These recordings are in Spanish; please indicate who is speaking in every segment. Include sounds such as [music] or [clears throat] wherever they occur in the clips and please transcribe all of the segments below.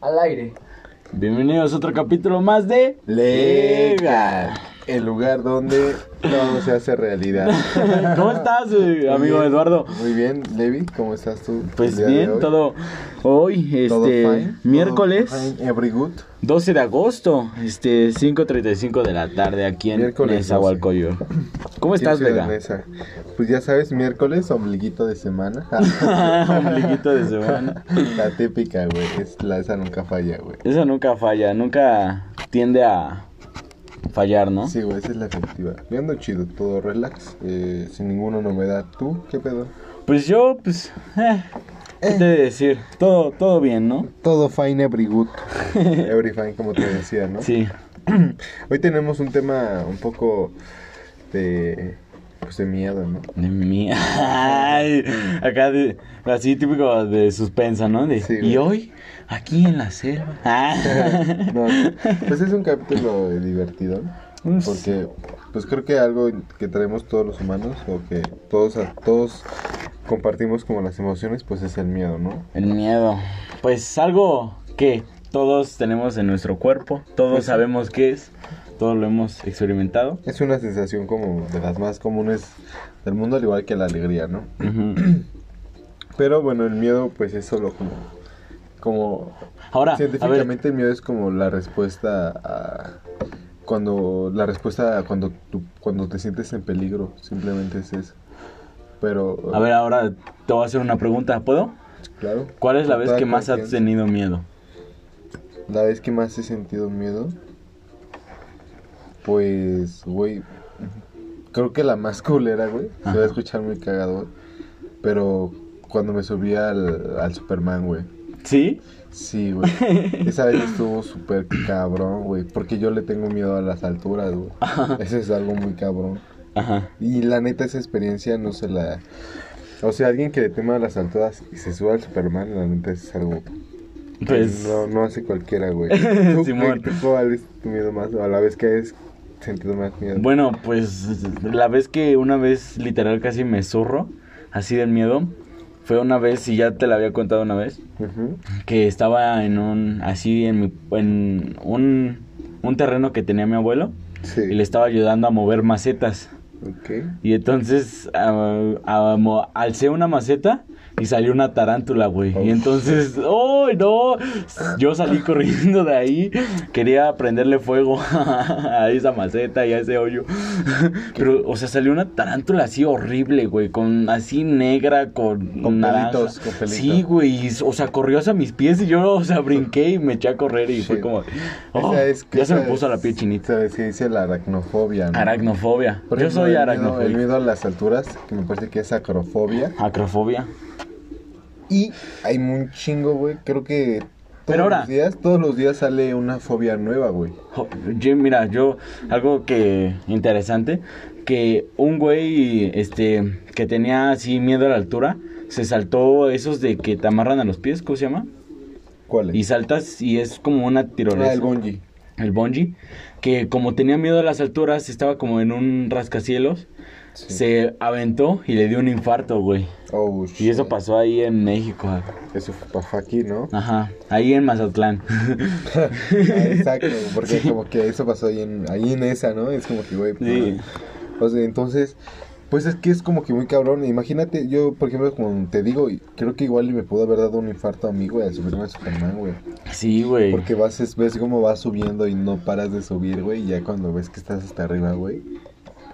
Speaker 1: Al aire.
Speaker 2: Bienvenidos a otro capítulo más de
Speaker 3: Legal. El lugar donde todo se hace realidad.
Speaker 2: [laughs] ¿Cómo estás, eh, amigo
Speaker 3: bien.
Speaker 2: Eduardo?
Speaker 3: Muy bien, Levi, ¿cómo estás tú?
Speaker 2: Pues
Speaker 3: el día de
Speaker 2: bien,
Speaker 3: hoy?
Speaker 2: todo hoy, este
Speaker 3: ¿Todo fine?
Speaker 2: miércoles
Speaker 3: Todo fine, every good.
Speaker 2: 12 de agosto, este 5:35 de la tarde aquí en
Speaker 3: Miércoles 12.
Speaker 2: Nezahualcóyotl. ¿Cómo
Speaker 3: ¿Quién
Speaker 2: estás,
Speaker 3: será
Speaker 2: Vega?
Speaker 3: Nesa? Pues ya sabes, miércoles, ombliguito de semana.
Speaker 2: [laughs] Ombliguito de semana.
Speaker 3: La típica, güey. Es la esa nunca falla, güey.
Speaker 2: Eso nunca falla, nunca tiende a fallar, ¿no?
Speaker 3: Sí, güey, esa es la efectiva. Yo ando chido, todo relax, eh, sin ninguna novedad. ¿Tú qué pedo?
Speaker 2: Pues yo, pues, eh, ¿qué te he de decir? Todo, todo bien, ¿no?
Speaker 3: Todo fine,
Speaker 2: [laughs]
Speaker 3: every good. Every fine, como te decía, ¿no?
Speaker 2: Sí.
Speaker 3: Hoy tenemos un tema un poco de, pues de miedo, ¿no?
Speaker 2: De mí. [laughs] Ay, acá de, así típico de suspensa, ¿no? De,
Speaker 3: Sí, güey.
Speaker 2: y hoy, aquí en la selva. Ah.
Speaker 3: No, pues es un capítulo divertido,
Speaker 2: [laughs] Ups.
Speaker 3: porque pues creo que algo que traemos todos los humanos o que todos a todos compartimos como las emociones, pues es el miedo, ¿no?
Speaker 2: El miedo. Pues algo que todos tenemos en nuestro cuerpo, todos sabemos qué es, todos lo hemos experimentado.
Speaker 3: Es una sensación como de las más comunes del mundo, al igual que la alegría, ¿no?
Speaker 2: Ujú.
Speaker 3: Pero bueno, el miedo pues es solo como como
Speaker 2: [clears throat] Ahora, a ver,
Speaker 3: Científicamente el miedo es como la respuesta a cuando la respuesta a cuando tú- cuando te sientes en peligro, simplemente es eso. Pero
Speaker 2: a ver, ahora te voy a hacer una pregunta, ¿puedo?
Speaker 3: claro.
Speaker 2: ¿Cuál es la vez
Speaker 3: Total
Speaker 2: que más has
Speaker 3: confianza.
Speaker 2: tenido miedo?
Speaker 3: La vez que más he sentido miedo pues güey creo que la más [laughs] culera, güey. Se va
Speaker 2: Ajá.
Speaker 3: a escuchar muy cagado, güey. Pero cuando me subí al, al Superman, güey.
Speaker 2: ¿Sí? [laughs]
Speaker 3: Sí, güey. Esa vez estuvo súper cabrón, güey. Porque yo le tengo miedo a las alturas, güey. Eso es algo muy cabrón.
Speaker 2: Ajá.
Speaker 3: Y la neta, esa experiencia no se la. O sea, alguien que le tema a las alturas y se suba al Superman, la neta es algo. que
Speaker 2: Pues...
Speaker 3: No, no hace
Speaker 2: [laughs]
Speaker 3: cualquiera, güey. ¿Tú,
Speaker 2: Simón.
Speaker 3: güey, ¿Cuál es tu miedo más? O a la vez que has sentido más miedo.
Speaker 2: Bueno, pues la vez que una vez literal casi me zurro, así del miedo, fue una vez, y ya te la había contado una vez,
Speaker 3: Ujú.
Speaker 2: que estaba en un, así en, mi, en un, un terreno que tenía mi abuelo
Speaker 3: Sí.
Speaker 2: y le estaba ayudando a mover macetas.
Speaker 3: Ok.
Speaker 2: Y entonces ah, ah, mo- alcé una maceta y salió una tarántula, güey. Y
Speaker 3: Uf.
Speaker 2: entonces, ¡oh, no! Yo salí corriendo de ahí. Quería prenderle fuego [laughs] a esa maceta y a ese hoyo. Pero, o sea, salió una tarántula así horrible, güey. Con así negra, con,
Speaker 3: Con
Speaker 2: naranja.
Speaker 3: pelitos, con pelitos.
Speaker 2: Sí, güey. y, O sea, corrió hacia mis pies y yo, o sea, brinqué y me eché a correr y fue
Speaker 3: Shit.
Speaker 2: como... oh,
Speaker 3: Esa es-
Speaker 2: ya se me
Speaker 3: esa
Speaker 2: puso
Speaker 3: es-
Speaker 2: la piel chinita.
Speaker 3: Sabes que dice la aracnofobia. ¿no?
Speaker 2: Aracnofobia.
Speaker 3: Por
Speaker 2: yo
Speaker 3: ejemplo,
Speaker 2: soy
Speaker 3: el miedo- El
Speaker 2: aracnofobia.
Speaker 3: miedo a las alturas, que me parece que es acrofobia.
Speaker 2: Acrofobia.
Speaker 3: Y hay un chingo, güey. Creo que todos
Speaker 2: Pero ahora-
Speaker 3: los días, todos los días sale una fobia nueva, güey.
Speaker 2: Jo- Yo, mira, yo, algo que interesante, que un güey, este, que tenía así miedo a la altura, se saltó esos de que te amarran a los pies, ¿cómo se llama?
Speaker 3: ¿Cuál
Speaker 2: Y
Speaker 3: es?
Speaker 2: saltas y es como una tirolesa.
Speaker 3: Ah, el bungee.
Speaker 2: El bungee, que como tenía miedo a las alturas, estaba como en un rascacielos,
Speaker 3: Sí.
Speaker 2: se aventó y le dio un infarto, güey.
Speaker 3: Oh,
Speaker 2: Y eso
Speaker 3: shit.
Speaker 2: pasó ahí en México,
Speaker 3: Eso fue- pasó aquí, ¿no?
Speaker 2: [laughs] ajá, ahí en Mazatlán. [laughs]
Speaker 3: Ah, Exacto, porque como que eso pasó ahí en, ahí en esa, ¿no? Es como que, güey.
Speaker 2: Sí.
Speaker 3: O sea, entonces, pues es que es como que muy cabrón. Imagínate, yo, por ejemplo, como te digo, y creo que igual y me pudo haber dado un infarto a mí, güey, al subirme a Superman, güey.
Speaker 2: Sí, güey.
Speaker 3: Porque vas, es- ves cómo vas subiendo y no paras de subir, güey. Y ya cuando ves que estás hasta arriba, güey,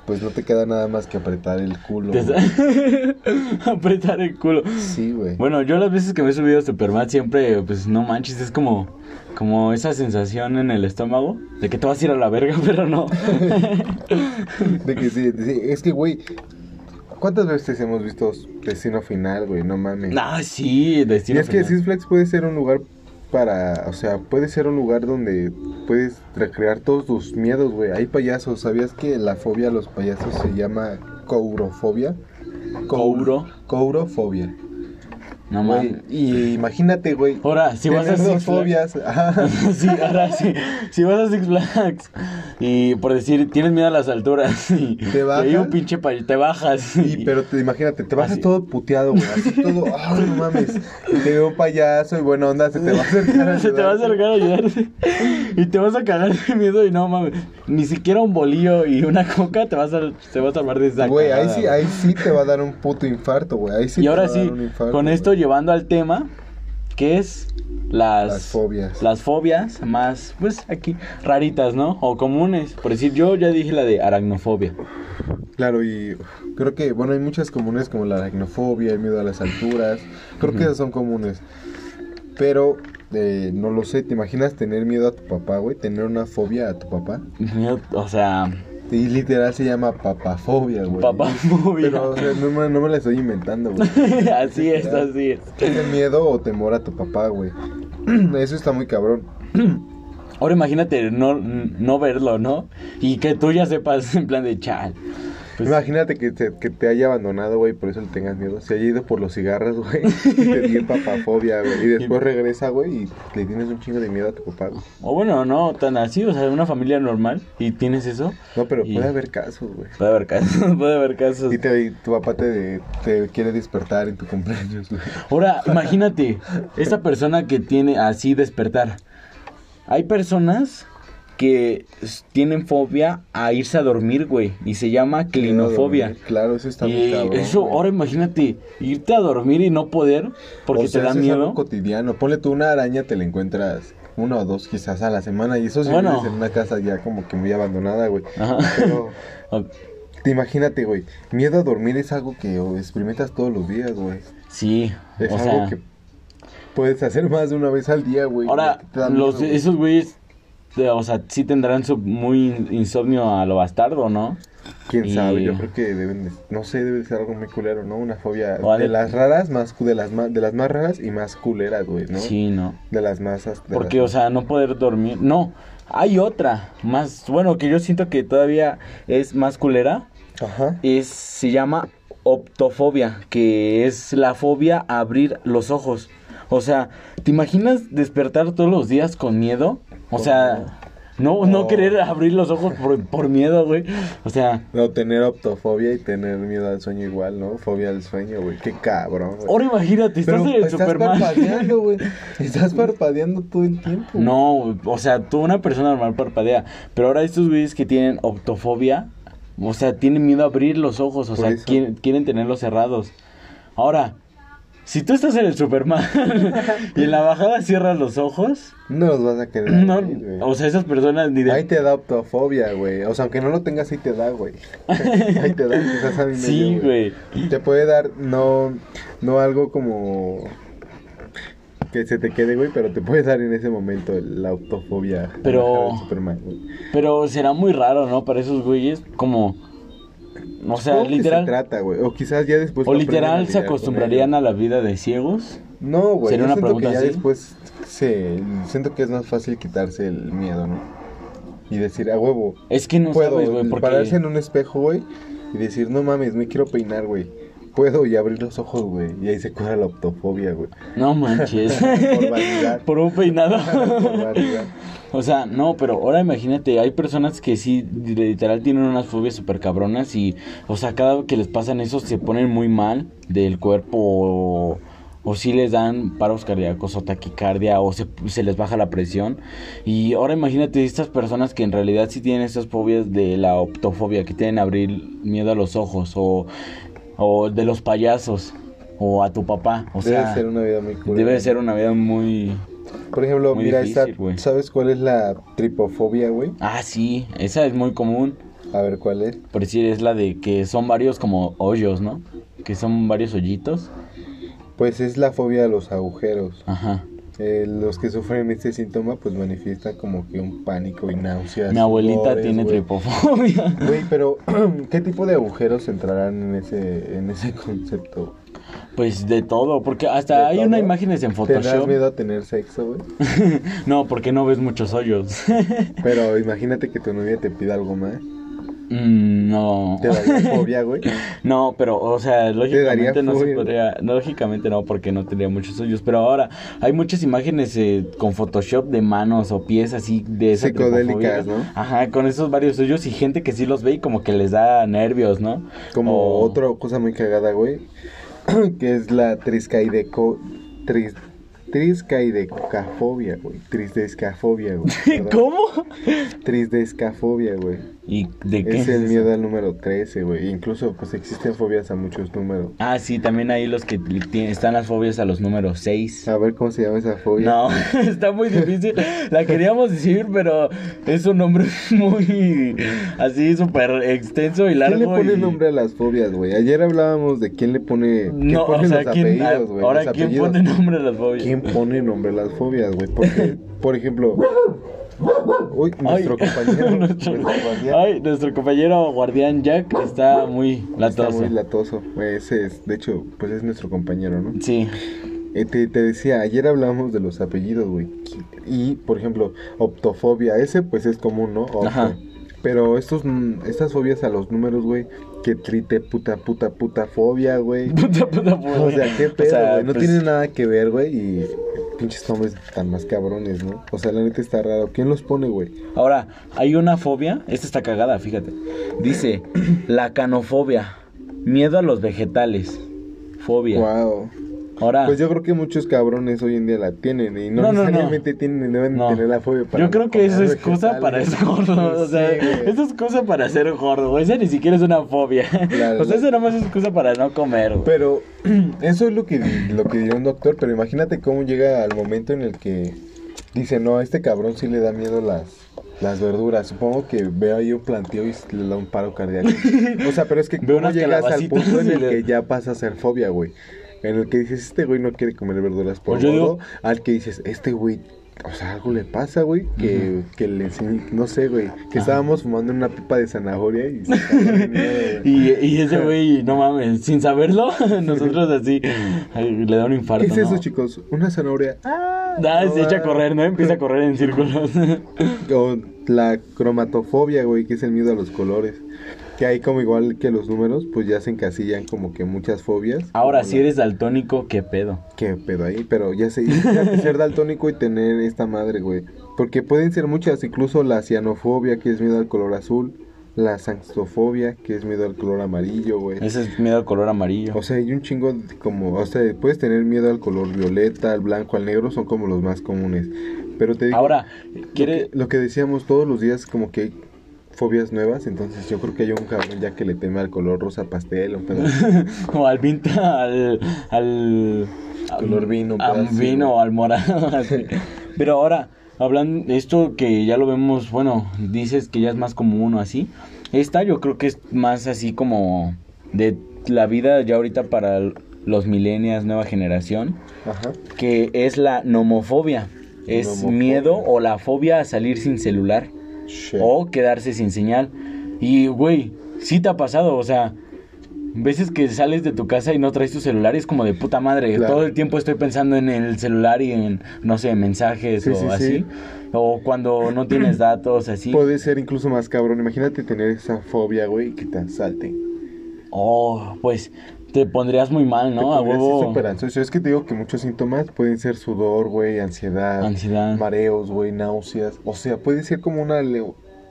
Speaker 3: pues no te queda nada más que apretar el culo.
Speaker 2: Te
Speaker 3: güey.
Speaker 2: sa- [laughs] Apretar el culo.
Speaker 3: Sí, güey.
Speaker 2: Bueno, yo las veces que me he subido a Superman siempre, pues no manches, es como, como esa sensación en el estómago de que te vas a ir a la verga, [laughs] pero no.
Speaker 3: De que sí, de- sí, Es que, güey, ¿cuántas veces hemos visto Destino Final, güey? No mames.
Speaker 2: ah, sí,
Speaker 3: y
Speaker 2: destino.
Speaker 3: es que
Speaker 2: final.
Speaker 3: Six Flags puede ser un lugar para, o sea, puede ser un lugar donde puedes recrear todos tus miedos, güey. Hay payasos. ¿Sabías que la fobia a los payasos se llama courofobia?
Speaker 2: Couro.
Speaker 3: Courofobia.
Speaker 2: No
Speaker 3: Güey,
Speaker 2: mames.
Speaker 3: Y imagínate, güey.
Speaker 2: Ahora, si vas a
Speaker 3: tener
Speaker 2: Six
Speaker 3: dos
Speaker 2: Flags-
Speaker 3: fobias. Ajá.
Speaker 2: [laughs] sí, ahora sí. Si vas a Six Flags y por decir, tienes miedo a las alturas [laughs] y,
Speaker 3: Te
Speaker 2: y hay
Speaker 3: bajas.
Speaker 2: un pinche pa- te bajas.
Speaker 3: Y, pero te, imagínate, te vas
Speaker 2: Así.
Speaker 3: todo puteado, güey. Así
Speaker 2: [laughs]
Speaker 3: todo, ah, no mames. Y te veo un payaso y buena onda, se te va a acercar.
Speaker 2: [laughs]
Speaker 3: a
Speaker 2: Se te va a
Speaker 3: ayudarte.
Speaker 2: acercar a ayudarte y te vas a cagar de miedo y no mames, ni siquiera un bolillo y una coca te vas a, te vas a salvar de esa
Speaker 3: Güey, ahí
Speaker 2: cagada,
Speaker 3: sí, ahí sí te va a dar un puto infarto, güey. Ahí sí
Speaker 2: y
Speaker 3: te
Speaker 2: ahora
Speaker 3: va a
Speaker 2: sí,
Speaker 3: dar un infarto,
Speaker 2: con
Speaker 3: güey.
Speaker 2: esto llevando al tema, que es las,
Speaker 3: Las fobias.
Speaker 2: Las fobias más, pues aquí, raritas, ¿no? O comunes. Por decir, yo ya dije la de aracnofobia.
Speaker 3: Claro, y creo que, bueno, hay muchas comunes como la aracnofobia, el miedo a las alturas. Creo que esas son comunes. Pero, eh, no lo sé, ¿te imaginas tener miedo a tu papá, güey? ¿Tener una fobia a tu papá?
Speaker 2: Miedo, O sea,
Speaker 3: Y literal se llama papafobia, güey.
Speaker 2: Papafobia.
Speaker 3: Pero, o sea, no, me- no me la estoy inventando, güey.
Speaker 2: [laughs] así es,
Speaker 3: Literal.
Speaker 2: así es.
Speaker 3: Tiene miedo o temor a tu papá, güey. [clears throat] Eso está muy cabrón.
Speaker 2: Ahora imagínate no, no verlo, ¿no? Y que tú ya sepas [laughs] en plan de chal. Pues,
Speaker 3: Imagínate que te, que te haya abandonado, güey, por eso le tengas miedo. Se haya ido por los cigarros, güey,
Speaker 2: [laughs]
Speaker 3: y te dio papafobia, güey. Y después regresa, güey, y le tienes un chingo de miedo a tu papá. güey.
Speaker 2: o bueno, no tan así, o sea, una familia normal y tienes eso.
Speaker 3: No, pero
Speaker 2: Y-
Speaker 3: puede haber casos, güey.
Speaker 2: Puede haber casos, [laughs] puede haber casos.
Speaker 3: Y, te- y tu papá te, te quiere despertar en tu cumpleaños, güey.
Speaker 2: Ahora, imagínate, esa persona que tiene así despertar. Hay personas que s- tienen fobia a irse a dormir, güey, y se llama clinofobia.
Speaker 3: Claro, eso está muy
Speaker 2: Y
Speaker 3: cabrón.
Speaker 2: eso,
Speaker 3: güey.
Speaker 2: ahora imagínate, irte a dormir y no poder porque
Speaker 3: O sea,
Speaker 2: te da
Speaker 3: eso es
Speaker 2: miedo.
Speaker 3: algo cotidiano. Ponle tú una araña, te la encuentras una o dos quizás a la semana. Y eso si
Speaker 2: Bueno.
Speaker 3: vives en una casa ya como que muy abandonada, güey.
Speaker 2: Ajá. [laughs]
Speaker 3: Pero
Speaker 2: Ah,
Speaker 3: te imagínate, güey. Miedo a dormir es algo que oh, experimentas todos los días, güey.
Speaker 2: Sí,
Speaker 3: Es
Speaker 2: o
Speaker 3: algo
Speaker 2: sea,
Speaker 3: que puedes hacer más de una vez al día, güey.
Speaker 2: ahora
Speaker 3: porque te da
Speaker 2: los,
Speaker 3: miedo, güey.
Speaker 2: esos güeyes, eh, o sea, sí tendrán su, muy in- insomnio a lo bastardo, ¿no?
Speaker 3: Quién
Speaker 2: y-
Speaker 3: sabe, yo creo que deben de, no sé, debe de ser algo muy culero, ¿no? Una fobia
Speaker 2: Vale.
Speaker 3: de las raras más cu- de las más de las más raras y más culeras, güey, ¿no?
Speaker 2: Sí, ¿no?
Speaker 3: De las más as- de
Speaker 2: Porque, o
Speaker 3: las-
Speaker 2: sea, no poder dormir. No, hay otra más, bueno, que yo siento que todavía es más culera.
Speaker 3: Ajá.
Speaker 2: Es, se llama optofobia, que es la fobia a abrir los ojos. O sea, ¿te imaginas despertar todos los días con miedo? O sea, no, no,
Speaker 3: No.
Speaker 2: querer abrir los ojos por, por miedo, güey. O sea,
Speaker 3: No, tener optofobia y tener miedo al sueño igual, ¿no? Fobia al sueño, güey. Qué cabrón, güey.
Speaker 2: ahora imagínate, estás
Speaker 3: Pero pues,
Speaker 2: en
Speaker 3: estás
Speaker 2: Superman. [laughs]
Speaker 3: parpadeando, güey. Estás parpadeando todo el tiempo. güey.
Speaker 2: No, o sea, tú una persona normal parpadea, pero ahora estos güeyes que tienen optofobia, o sea, tienen miedo a abrir los ojos, o
Speaker 3: Por
Speaker 2: sea,
Speaker 3: eso.
Speaker 2: quieren, quieren tenerlos cerrados. Ahora, si tú estás en el Superman y en la bajada cierras los ojos,
Speaker 3: No los vas a querer.
Speaker 2: no,
Speaker 3: abrir, güey.
Speaker 2: o sea, esas personas ni de...
Speaker 3: Ahí te da optofobia, güey. O sea, aunque no lo tengas, ahí te da, güey. [laughs] ahí te da, quizás a mí me
Speaker 2: sí,
Speaker 3: dio,
Speaker 2: güey.
Speaker 3: Te puede dar, no, no algo como que se te quede, güey, pero te puede dar en ese momento el- la optofobia.
Speaker 2: Pero-
Speaker 3: de Superman, güey.
Speaker 2: Pero será muy raro, ¿no? Para esos güeyes, como... O sea,
Speaker 3: Supongo que Se
Speaker 2: literal...
Speaker 3: trata, güey. O quizás ya después.
Speaker 2: O
Speaker 3: lo aprenden a
Speaker 2: literal se
Speaker 3: lidiar con
Speaker 2: acostumbrarían
Speaker 3: ello.
Speaker 2: a la vida de ciegos.
Speaker 3: No, güey.
Speaker 2: ¿Sería
Speaker 3: yo
Speaker 2: una
Speaker 3: siento
Speaker 2: pregunta
Speaker 3: que ya
Speaker 2: así?
Speaker 3: después se. Siento que es más fácil quitarse el miedo, ¿no? Y decir, a huevo,
Speaker 2: Es que no
Speaker 3: puedo
Speaker 2: sabes, güey, porque...
Speaker 3: pararse en un espejo, güey, y decir, no mames, me quiero peinar, güey. Puedo y abrir los ojos, güey. Y ahí se cura la optofobia,
Speaker 2: [laughs]
Speaker 3: güey.
Speaker 2: No manches.
Speaker 3: [laughs] Por vanidad.
Speaker 2: [laughs] Por un peinado.
Speaker 3: [laughs] Por vanidad.
Speaker 2: o sea, no, pero ahora imagínate, hay personas que sí, literal, tienen unas fobias súper cabronas y, o sea, cada que les pasan eso se ponen muy mal del cuerpo o, o sí les dan paros cardíacos o taquicardia o se, se les baja la presión. Y ahora imagínate estas personas que en realidad sí tienen esas fobias de la optofobia, que tienen abrir miedo a los ojos o, o de los payasos o a tu papá. O
Speaker 3: Debe
Speaker 2: sea,
Speaker 3: ser una vida muy cool.
Speaker 2: Debe de ser una vida muy...
Speaker 3: Por ejemplo,
Speaker 2: muy
Speaker 3: mira,
Speaker 2: difícil,
Speaker 3: esta,
Speaker 2: güey.
Speaker 3: ¿sabes cuál es la tripofobia, güey?
Speaker 2: Ah, sí, esa es muy común.
Speaker 3: A ver, ¿cuál es?
Speaker 2: Por decir, es la de que son varios como hoyos, ¿no? Que son varios hoyitos.
Speaker 3: Pues es la fobia a los agujeros.
Speaker 2: Ajá.
Speaker 3: Eh, los que sufren este síntoma, pues manifiestan como que un pánico y náuseas.
Speaker 2: Mi abuelita
Speaker 3: sudores,
Speaker 2: tiene
Speaker 3: güey.
Speaker 2: tripofobia. [laughs]
Speaker 3: Güey, pero [clears throat] ¿qué tipo de agujeros entrarán en ese, en ese [laughs] concepto?
Speaker 2: Pues de todo, porque hasta
Speaker 3: ¿De
Speaker 2: hay
Speaker 3: todo?
Speaker 2: una imagen en
Speaker 3: ¿Tendrás
Speaker 2: Photoshop.
Speaker 3: miedo a tener
Speaker 2: [laughs]
Speaker 3: sexo, güey?
Speaker 2: no, porque no ves muchos hoyos. [laughs]
Speaker 3: Pero imagínate que tu novia te pida algo más.
Speaker 2: Mm, no.
Speaker 3: Te daría
Speaker 2: [laughs]
Speaker 3: fobia, güey.
Speaker 2: No, pero, o sea, lógicamente
Speaker 3: daría
Speaker 2: no se
Speaker 3: fobia.
Speaker 2: podría. no, Lógicamente no, porque no tenía muchos hoyos. Pero ahora hay muchas imágenes eh, con Photoshop de manos o pies así de esa
Speaker 3: Psicodélicas,
Speaker 2: tripofobia.
Speaker 3: ¿no?
Speaker 2: Ajá, con esos varios hoyos y gente que sí los ve y como que les da nervios, ¿no?
Speaker 3: Como
Speaker 2: O-
Speaker 3: otra cosa muy cagada, güey. [clears throat] Que es la triscaideco. Tris, triscaidecafobia, güey.
Speaker 2: [laughs]
Speaker 3: Trisdescafobia, güey. perdón.
Speaker 2: ¿Cómo?
Speaker 3: Trisdescafobia, güey.
Speaker 2: ¿Y de qué?
Speaker 3: Es el
Speaker 2: eso?
Speaker 3: miedo al número 13, güey. Incluso, pues existen fobias a muchos números.
Speaker 2: Ah, sí, también hay los que li- tien- están las fobias a los números 6.
Speaker 3: A ver cómo se llama esa fobia.
Speaker 2: No, [laughs] está muy difícil. La queríamos decir, pero es un nombre [laughs] muy así súper extenso y largo.
Speaker 3: ¿Quién le pone
Speaker 2: y-
Speaker 3: nombre a las fobias, güey? Ayer hablábamos de quién le pone. ¿Quién
Speaker 2: No,
Speaker 3: pone
Speaker 2: o sea,
Speaker 3: los
Speaker 2: ¿quién, ah,
Speaker 3: apellidos, güey?
Speaker 2: ahora
Speaker 3: los
Speaker 2: quién
Speaker 3: apellidos.
Speaker 2: pone nombre a las fobias.
Speaker 3: ¿Quién pone nombre a las fobias, güey? Porque, por ejemplo. Uy,
Speaker 2: [laughs]
Speaker 3: nuestro
Speaker 2: [laughs] Ay.
Speaker 3: compañero.
Speaker 2: nuestro,
Speaker 3: nuestro guardián,
Speaker 2: ay, nuestro compañero guardián Jack está muy
Speaker 3: Está
Speaker 2: Ah, latoso.
Speaker 3: muy latoso. güey, Ese es, de hecho, pues es nuestro compañero, ¿no?
Speaker 2: Sí, [laughs]
Speaker 3: Eh, te, te decía, ayer hablamos de los apellidos, güey. Y, por ejemplo, optofobia. Ese, pues, es común, ¿no? Opto.
Speaker 2: Ajá.
Speaker 3: Pero estos, mm, estas fobias a los números, güey. Que trite puta, puta, puta
Speaker 2: [laughs]
Speaker 3: fobia, güey.
Speaker 2: puta, puta, puta.
Speaker 3: O sea, qué
Speaker 2: O
Speaker 3: pedo, güey.
Speaker 2: sea,
Speaker 3: no
Speaker 2: pues,
Speaker 3: tiene nada que ver, güey. Y pinches nombres tan más cabrones, ¿no? O sea, la neta está raro. ¿Quién los pone, güey?
Speaker 2: Ahora, hay una fobia, esta está cagada, fíjate. Dice, la canofobia, miedo a los vegetales. Fobia.
Speaker 3: Wow.
Speaker 2: Ahora,
Speaker 3: Pues yo creo que muchos cabrones hoy en día la tienen. Y no,
Speaker 2: No, no, no.
Speaker 3: necesariamente tienen, deben
Speaker 2: No.
Speaker 3: tener la fobia para
Speaker 2: yo creo que
Speaker 3: comer
Speaker 2: eso es cosa
Speaker 3: vegetales.
Speaker 2: para ser [laughs] gordo. O
Speaker 3: Sí,
Speaker 2: sea,
Speaker 3: güey.
Speaker 2: eso es cosa para ser gordo. güey. Esa ni siquiera es una fobia. [laughs]
Speaker 3: Claro,
Speaker 2: o sea,
Speaker 3: güey.
Speaker 2: eso nomás es excusa para no comer. güey.
Speaker 3: Pero [clears throat] eso es lo que, lo que diría un doctor, pero imagínate cómo llega al momento en el que dice, no, a este cabrón sí le da miedo las, las verduras. Supongo que ve ahí un planteo y le da un
Speaker 2: [laughs]
Speaker 3: paro cardíaco. O sea, pero es que
Speaker 2: Ve
Speaker 3: cómo
Speaker 2: unas
Speaker 3: llegas al
Speaker 2: calabacitas
Speaker 3: punto en
Speaker 2: y
Speaker 3: el
Speaker 2: le-
Speaker 3: que ya pasa a ser fobia, güey. En el que dices, este güey no quiere comer verduras por
Speaker 2: Pues yo digo-
Speaker 3: gordo", al que dices, este güey... O sea, algo le pasa, güey, que, que le enseñ- no sé, güey, que
Speaker 2: Ajá.
Speaker 3: estábamos fumando una pipa de zanahoria y se
Speaker 2: [laughs]
Speaker 3: cayó de miedo, güey.
Speaker 2: Y, y
Speaker 3: [laughs]
Speaker 2: ese güey, no mames, sin saberlo, [laughs] nosotros así ay, le da un infarto.
Speaker 3: ¿Qué es eso,
Speaker 2: ¿no?
Speaker 3: chicos? Una zanahoria. Ah,
Speaker 2: Ah,
Speaker 3: no
Speaker 2: se echa a
Speaker 3: mames.
Speaker 2: correr, ¿no? Empieza a correr
Speaker 3: [laughs]
Speaker 2: en círculos. [laughs]
Speaker 3: O la cromatofobia, güey, que es el miedo a los colores. Que hay como igual que los números, pues ya se encasillan como que muchas fobias.
Speaker 2: Ahora,
Speaker 3: Como
Speaker 2: si
Speaker 3: la-
Speaker 2: eres daltónico, ¿qué pedo?
Speaker 3: Qué pedo ahí, pero ya sé,
Speaker 2: [laughs]
Speaker 3: imagínate ser daltónico y tener esta madre, güey. Porque pueden ser muchas, incluso la cianofobia, que es miedo al color azul. La saxofobia, que es miedo al color amarillo, güey.
Speaker 2: Ese es miedo al color amarillo.
Speaker 3: O sea, hay un chingo de- como, o sea, puedes tener miedo al color violeta, al blanco, al negro, son como los más comunes. Pero te digo,
Speaker 2: Ahora,
Speaker 3: lo,
Speaker 2: quiere...
Speaker 3: que, lo que decíamos todos los días como que hay fobias nuevas, entonces yo creo que hay un cabrón ya que le teme al color rosa pastel, un
Speaker 2: [laughs]
Speaker 3: pedo así.
Speaker 2: O al vinta, al... al
Speaker 3: Color vino, un
Speaker 2: Al
Speaker 3: pedazo,
Speaker 2: vino,
Speaker 3: güey.
Speaker 2: al morado. [laughs] así. Pero ahora, hablando esto que ya lo vemos, bueno, dices que ya es más común o así. Esta yo creo que es más así como de la vida ya ahorita para los millennials, nueva generación,
Speaker 3: Ajá.
Speaker 2: que es la nomofobia. Es
Speaker 3: Nomofobia.
Speaker 2: miedo o la fobia a salir sin celular.
Speaker 3: Shit.
Speaker 2: O quedarse sin señal. Y, güey, sí te ha pasado, o sea, veces que sales de tu casa y no traes tu celular y es como de puta madre.
Speaker 3: Claro.
Speaker 2: Todo el tiempo estoy pensando en el celular y en, no sé, mensajes
Speaker 3: Sí,
Speaker 2: o
Speaker 3: sí,
Speaker 2: así.
Speaker 3: sí.
Speaker 2: O cuando no
Speaker 3: [clears throat]
Speaker 2: tienes datos, así.
Speaker 3: Puede ser incluso más cabrón, imagínate tener esa fobia, güey, y que te asalten.
Speaker 2: Oh, pues te pondrías muy mal, ¿no?
Speaker 3: Te
Speaker 2: A
Speaker 3: podrías ir
Speaker 2: huevo.
Speaker 3: súper ansioso. Es que te digo que muchos síntomas pueden ser sudor, güey, ansiedad,
Speaker 2: Ansiedad.
Speaker 3: mareos, güey, náuseas. O sea, puede ser como una... ale-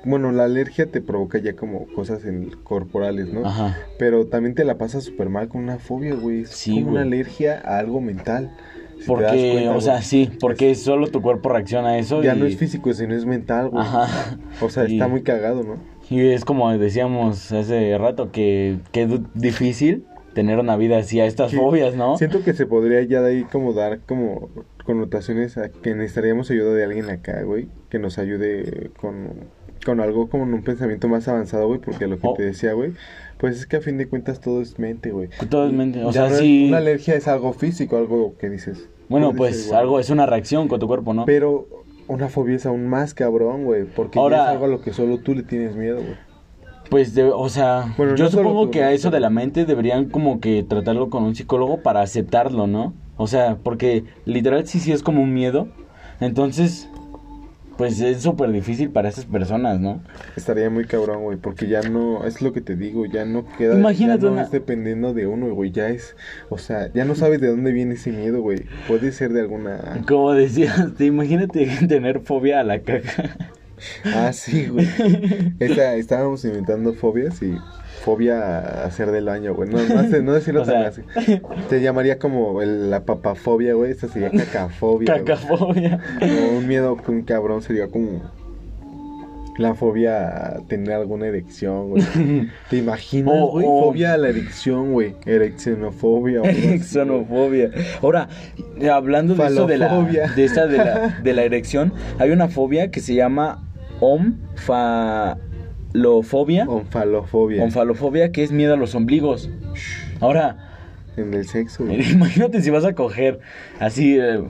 Speaker 3: Bueno, la alergia te provoca ya como cosas en- corporales, ¿no?
Speaker 2: Ajá.
Speaker 3: Pero también te la pasas súper mal con una fobia, güey. Es
Speaker 2: Sí,
Speaker 3: como una
Speaker 2: güey.
Speaker 3: alergia a algo mental. Si te das
Speaker 2: Porque,
Speaker 3: cuenta,
Speaker 2: o sea,
Speaker 3: güey,
Speaker 2: sí, porque solo tu cuerpo reacciona a eso.
Speaker 3: Ya
Speaker 2: y...
Speaker 3: no es físico, sino es mental, güey. [laughs]
Speaker 2: Ajá.
Speaker 3: O sea, está
Speaker 2: Y-
Speaker 3: muy cagado, ¿no?
Speaker 2: Y es como decíamos hace rato que que du- difícil tener una vida así a estas
Speaker 3: Sí.
Speaker 2: fobias, ¿no?
Speaker 3: Siento que se podría ya de ahí como dar como connotaciones a que necesitaríamos ayuda de alguien acá, güey. Que nos ayude con, con algo como un pensamiento más avanzado, güey. Porque lo que
Speaker 2: Oh.
Speaker 3: te decía, güey, pues es que a fin de cuentas todo es mente, güey.
Speaker 2: Totalmente. O
Speaker 3: Ya
Speaker 2: sea,
Speaker 3: no es-
Speaker 2: sí.
Speaker 3: Una alergia es algo físico, algo que dices.
Speaker 2: Bueno,
Speaker 3: puede
Speaker 2: pues
Speaker 3: ser, güey.
Speaker 2: algo es una reacción con tu cuerpo, ¿no?
Speaker 3: Pero una fobia es aún más cabrón, güey. Porque ya
Speaker 2: Ahora-
Speaker 3: es algo a lo que solo tú le tienes miedo, güey.
Speaker 2: Pues, de- o sea,
Speaker 3: Bueno,
Speaker 2: yo
Speaker 3: no solo
Speaker 2: supongo
Speaker 3: tú,
Speaker 2: que a
Speaker 3: ¿no?
Speaker 2: eso de la mente deberían como que tratarlo con un psicólogo para aceptarlo, ¿no? O sea, porque literal sí, sí es como un miedo. Entonces, Pues es súper difícil para esas personas, ¿no?
Speaker 3: Estaría muy cabrón, güey, porque ya no, es lo que te digo, ya no queda,
Speaker 2: Imagínate
Speaker 3: ya no
Speaker 2: una-
Speaker 3: es dependiendo de uno, güey, ya es, o sea, ya no sabes de dónde viene ese miedo, güey, puede ser de alguna,
Speaker 2: Como decías, te imagínate [laughs] tener fobia a la caca.
Speaker 3: ah, sí, güey, Esta- estábamos inventando fobias y fobia a hacer del baño, güey, no,
Speaker 2: [laughs]
Speaker 3: no, sé- no decirlo
Speaker 2: O
Speaker 3: tan
Speaker 2: sea-
Speaker 3: así, te llamaría como el- la papafobia, güey,
Speaker 2: [laughs]
Speaker 3: esta sería cacafobia, güey.
Speaker 2: Cacafobia.
Speaker 3: O un miedo con un cabrón sería como la fobia a tener alguna
Speaker 2: [laughs]
Speaker 3: erección, güey. ¿Te imaginas,
Speaker 2: Oh,
Speaker 3: güey?
Speaker 2: oh.
Speaker 3: Fobia a la erección, güey. Ereccionofobia. o
Speaker 2: [laughs]
Speaker 3: algo así,
Speaker 2: Exonofobia. Ahora, hablando de esto de la,
Speaker 3: Falofobia.
Speaker 2: de, esta de,
Speaker 3: [laughs]
Speaker 2: la, de la erección, hay una fobia que se llama omfalofobia.
Speaker 3: güey. Onfalofobia.
Speaker 2: Onfalofobia, que es miedo a los ombligos. Ahora,
Speaker 3: en el sexo, güey.
Speaker 2: imagínate si vas a coger así. eh,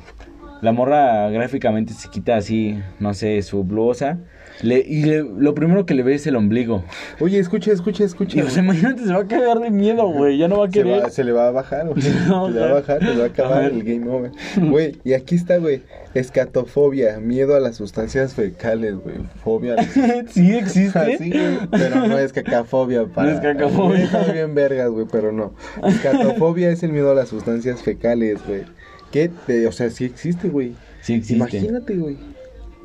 Speaker 2: la morra gráficamente se quita así, no sé, su blusa. le- y le- lo primero que le ve es el ombligo.
Speaker 3: Oye, escucha, escucha, escucha.
Speaker 2: Y, [laughs] o sea, imagínate, se va a cagar de miedo, güey. Ya no va a
Speaker 3: se,
Speaker 2: querer.
Speaker 3: va- se le va a bajar, güey.
Speaker 2: No,
Speaker 3: se le va a
Speaker 2: o sea,
Speaker 3: bajar, se le va a
Speaker 2: a
Speaker 3: acabar
Speaker 2: ver.
Speaker 3: el game over. Güey, y aquí está, güey. Escatofobia, miedo a las sustancias fecales, güey. Fobia a las
Speaker 2: [laughs] [laughs] sí existe.
Speaker 3: Así, güey, pero no es cacafobia. Para...
Speaker 2: No es cacafobia.
Speaker 3: [laughs] Está bien vergas, güey, pero no. Escatofobia es el miedo a las sustancias fecales, güey. ¿Qué te- O sea, sí existe, güey.
Speaker 2: Sí existe.
Speaker 3: Imagínate, güey.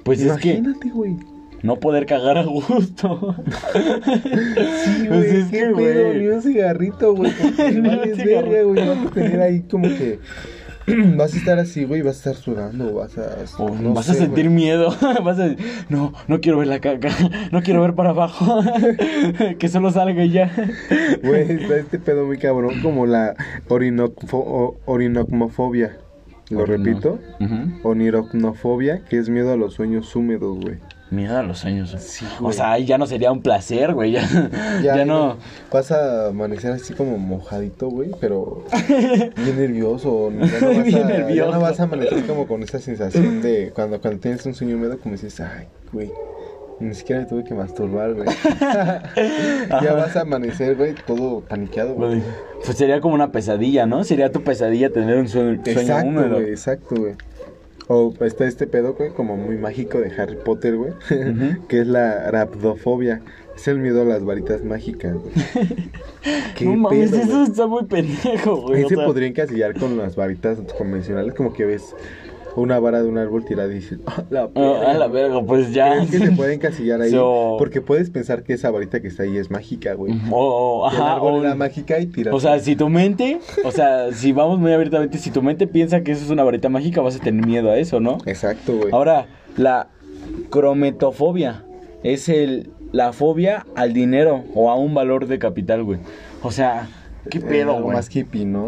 Speaker 2: pues es
Speaker 3: Imagínate, güey.
Speaker 2: que no poder cagar a gusto.
Speaker 3: [laughs] Sí,
Speaker 2: Pues
Speaker 3: güey,
Speaker 2: es
Speaker 3: qué
Speaker 2: que,
Speaker 3: pedo,
Speaker 2: güey.
Speaker 3: Ni un cigarrito, güey. porque
Speaker 2: [laughs] Ni un
Speaker 3: vales
Speaker 2: cigarrito.
Speaker 3: verga, güey. Vas a tener ahí como que... [clears throat] Vas a estar así, güey, vas a estar sudando, vas a...
Speaker 2: O
Speaker 3: no
Speaker 2: vas a
Speaker 3: sé,
Speaker 2: sentir
Speaker 3: güey.
Speaker 2: miedo. [laughs] Vas a decir, no, no quiero ver la caca. [laughs] No quiero ver para abajo. [laughs] que solo salga y ya.
Speaker 3: [laughs] Güey, está este pedo muy cabrón, como la orinocfo- o- orinocmofobia. Lo
Speaker 2: Bueno,
Speaker 3: repito.
Speaker 2: ujú.
Speaker 3: Onirocnofobia, que es miedo a los sueños húmedos, güey.
Speaker 2: Miedo a los años.
Speaker 3: Sí,
Speaker 2: o sea, ahí ya no sería un placer, güey. Ya, ya, no.
Speaker 3: Vas a amanecer así como mojadito, güey,
Speaker 2: [laughs]
Speaker 3: pero bien nervioso. Ya no, vas
Speaker 2: Bien
Speaker 3: a, ya
Speaker 2: nervioso.
Speaker 3: no vas a amanecer como con esa sensación de cuando, cuando tienes un sueño húmedo, como dices, ay, güey. Ni siquiera me tuve que masturbar, güey. [laughs] ya vas a amanecer, güey, todo paniqueado, güey.
Speaker 2: Güey, Pues sería como una pesadilla, ¿no? Sería tu pesadilla tener un sueño, sueño
Speaker 3: Exacto,
Speaker 2: húmedo.
Speaker 3: güey, exacto, güey. O está este pedo, güey, como muy mágico de Harry Potter, güey,
Speaker 2: Ujú.
Speaker 3: [laughs] que es la rapdofobia. Es el miedo a las varitas
Speaker 2: [laughs]
Speaker 3: mágicas, güey. Qué
Speaker 2: No mames,
Speaker 3: pedo,
Speaker 2: eso
Speaker 3: güey.
Speaker 2: está muy pendejo, güey.
Speaker 3: Ahí
Speaker 2: o
Speaker 3: se
Speaker 2: sea.
Speaker 3: podría encasillar con las varitas convencionales, como que ves una vara de un árbol tirada y dices, "Ah, la
Speaker 2: Ah, a la verga, pues ya.
Speaker 3: Creo que se puede encasillar
Speaker 2: [laughs]
Speaker 3: ahí,
Speaker 2: So-
Speaker 3: porque puedes pensar que esa varita que está ahí es mágica, güey.
Speaker 2: O- o-
Speaker 3: Y el
Speaker 2: ajá,
Speaker 3: árbol
Speaker 2: o-
Speaker 3: era mágica y tiras.
Speaker 2: o sea, si tu mente, o sea, si vamos muy abiertamente, si tu mente piensa que eso es una varita mágica, vas a tener miedo a eso, ¿no?
Speaker 3: Exacto, güey.
Speaker 2: Ahora, la crometofobia es el la fobia al dinero o a un valor de capital, güey. O sea, qué
Speaker 3: Eh,
Speaker 2: pedo,
Speaker 3: algo
Speaker 2: güey. [laughs]
Speaker 3: más hippie, ¿no?